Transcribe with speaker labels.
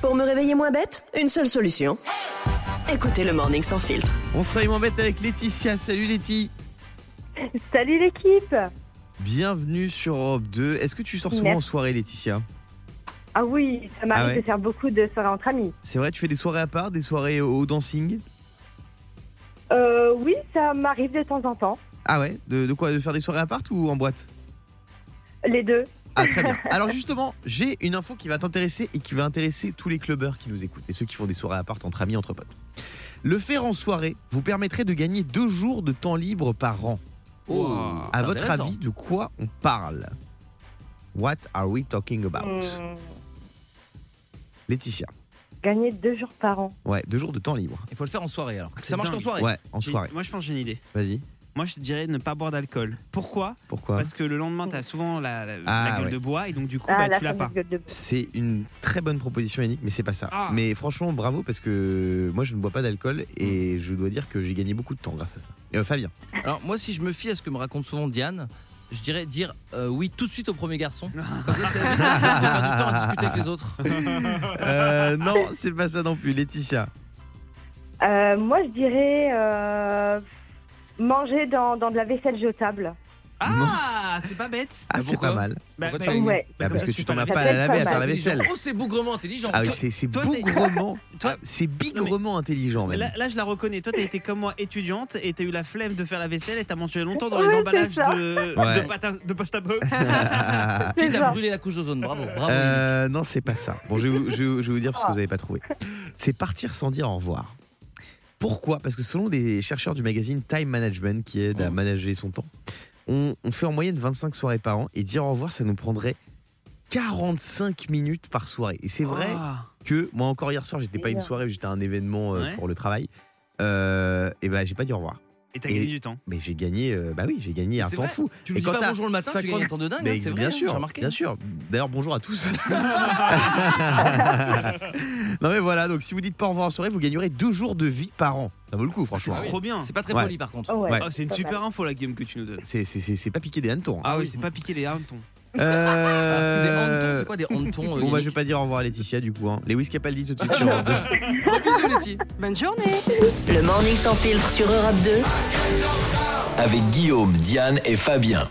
Speaker 1: Pour me réveiller moins bête, une seule solution. Écoutez le Morning Sans Filtre.
Speaker 2: On se réveille en bête avec Laetitia. Salut Laetitia.
Speaker 3: Salut l'équipe
Speaker 2: Bienvenue sur Europe 2. Est-ce que tu sors souvent en
Speaker 3: Merci.
Speaker 2: soirée, Laetitia
Speaker 3: Ah oui, ça m'arrive
Speaker 2: Ah ouais.
Speaker 3: de faire beaucoup de soirées entre amis.
Speaker 2: C'est vrai, tu fais des soirées à part, des soirées au, au dancing
Speaker 3: Euh, oui, ça m'arrive de temps en temps.
Speaker 2: Ah ouais de, de quoi De faire des soirées à part ou en boîte
Speaker 3: Les deux.
Speaker 2: Ah très bien. Alors justement, j'ai une info qui va t'intéresser et qui va intéresser tous les clubbeurs qui nous écoutent et ceux qui font des soirées à part entre amis, entre potes. Le faire en soirée vous permettrait de gagner deux jours de temps libre par an.
Speaker 4: Oh,
Speaker 2: À votre
Speaker 4: intéressant.
Speaker 2: avis, de quoi on parle What are we talking
Speaker 5: Bah,
Speaker 2: about
Speaker 3: Hmm,
Speaker 2: Laetitia.
Speaker 3: gagner deux jours par an.
Speaker 2: Ouais, deux jours de temps libre.
Speaker 4: Il faut le faire en soirée alors.
Speaker 2: C'est
Speaker 4: Ça marche
Speaker 2: dingue.
Speaker 4: en soirée
Speaker 2: Ouais, en soirée.
Speaker 5: Moi, je pense que j'ai une idée.
Speaker 2: Vas-y.
Speaker 5: Moi, je dirais ne pas boire d'alcool. Pourquoi
Speaker 2: Pourquoi
Speaker 5: Parce que le lendemain, t'as souvent la, la-
Speaker 2: Ah,
Speaker 5: la gueule
Speaker 2: ouais.
Speaker 5: de bois et donc du coup,
Speaker 3: Ah,
Speaker 5: bah,
Speaker 3: la
Speaker 5: tu l'as pas.
Speaker 3: fameuse gueule de bois.
Speaker 2: C'est une très bonne proposition, Yannick, mais c'est pas ça.
Speaker 5: Ah.
Speaker 2: Mais franchement, bravo parce que moi, je ne bois pas d'alcool
Speaker 5: Mm.
Speaker 2: et je dois dire que j'ai gagné beaucoup de temps grâce à ça. Et, euh, Fabien.
Speaker 4: Alors moi si je me fie à ce que me raconte souvent Diane, je dirais dire euh, oui tout de suite au premier garçon. Comme ça, ça évite de perdre du temps à discuter avec les
Speaker 3: Bah,
Speaker 4: autres.
Speaker 2: Euh, non, c'est pas ça non plus, Laetitia.
Speaker 5: Ah,
Speaker 3: Euh, moi, je dirais euh, manger dans, dans de la vaisselle jetable.
Speaker 5: Ah, c'est pas bête.
Speaker 2: Ah, c'est
Speaker 4: pourquoi
Speaker 2: pas mal.
Speaker 5: Bah,
Speaker 4: Pourquoi
Speaker 5: bah,
Speaker 4: tu as
Speaker 5: oui.
Speaker 4: une-
Speaker 3: Ouais.
Speaker 2: Bah, parce que tu t'en as pas à
Speaker 3: vaisselle,
Speaker 2: la laver, à
Speaker 3: pas
Speaker 2: faire la
Speaker 3: mal.
Speaker 2: vaisselle.
Speaker 4: Oh c'est bougrement intelligent.
Speaker 2: Ah oui, c'est c'est
Speaker 5: Toi, t'es-
Speaker 2: bougrement.
Speaker 5: Toi-
Speaker 2: C'est bigrement intelligent, même.
Speaker 5: Là, là, je la reconnais. Toi, t'as été comme moi étudiante et t'as eu la flemme de faire la vaisselle et t'as mangé longtemps dans les
Speaker 3: Ouais, c'est
Speaker 5: emballages
Speaker 3: ça.
Speaker 5: de,
Speaker 2: Ouais.
Speaker 5: de, pata- de pasta box.
Speaker 4: Tu
Speaker 3: C'est
Speaker 4: t'as
Speaker 3: ça.
Speaker 4: brûlé la couche d'ozone. Bravo. Bravo. Yannick.
Speaker 2: Euh, non, c'est pas ça. Bon, je vais, vous- je vais vous- je vais vous dire parce que vous n'avez pas trouvé. C'est partir sans dire au revoir. Pourquoi Parce que selon des chercheurs du magazine Time Management, qui aide à manager son temps, on, on fait en moyenne 25 soirées par an et dire au revoir, ça nous prendrait 45 minutes par soirée. Et c'est vrai
Speaker 5: Ah.
Speaker 2: que moi, encore hier soir, j'étais pas à une soirée, j'étais à un événement euh,
Speaker 5: Ouais.
Speaker 2: pour le travail. Euh, et ben, j'ai pas dit au revoir.
Speaker 5: Et t'as
Speaker 2: Et-
Speaker 5: gagné du temps.
Speaker 2: Mais j'ai gagné, euh, bah oui, j'ai gagné un
Speaker 4: C'est
Speaker 2: temps
Speaker 4: vrai.
Speaker 2: fou.
Speaker 4: Tu lui
Speaker 2: et
Speaker 4: dis
Speaker 2: quand
Speaker 4: pas
Speaker 2: t'as
Speaker 4: bonjour le matin, tu
Speaker 2: 50
Speaker 4: gagnes un temps de dingue.
Speaker 2: Mais
Speaker 4: hein, c'est vrai,
Speaker 2: bien
Speaker 4: hein, j'ai
Speaker 2: sûr,
Speaker 4: remarqué.
Speaker 2: bien sûr. D'ailleurs, bonjour à tous. non mais voilà, donc si vous dites pas au revoir en soirée, vous gagnerez deux jours de vie par an. Ça vaut le coup, franchement.
Speaker 4: Ah oui.
Speaker 5: Trop bien.
Speaker 4: C'est pas très
Speaker 2: Ouais.
Speaker 4: poli par contre.
Speaker 3: Oh, ouais.
Speaker 2: Ouais.
Speaker 5: Oh, c'est une
Speaker 3: Pas
Speaker 5: super info, la game que tu nous donnes.
Speaker 2: C'est- C'est c'est- c'est pas piquer des hannetons. hein.
Speaker 5: Ah oui, c'est pas piquer les hannetons.
Speaker 2: Euh,
Speaker 4: Des hannetons, c'est quoi des hannetons euh,
Speaker 2: Bon bah je
Speaker 4: Yannick
Speaker 2: vais pas dire au revoir à Laetitia du coup. Hein. Lewis Capaldi tout de suite sur Europe 2.
Speaker 4: Bisous, Letty.
Speaker 1: Bonne journée. Le Morning Sans Filtre sur Europe 2.
Speaker 6: Avec Guillaume, Diane et Fabien.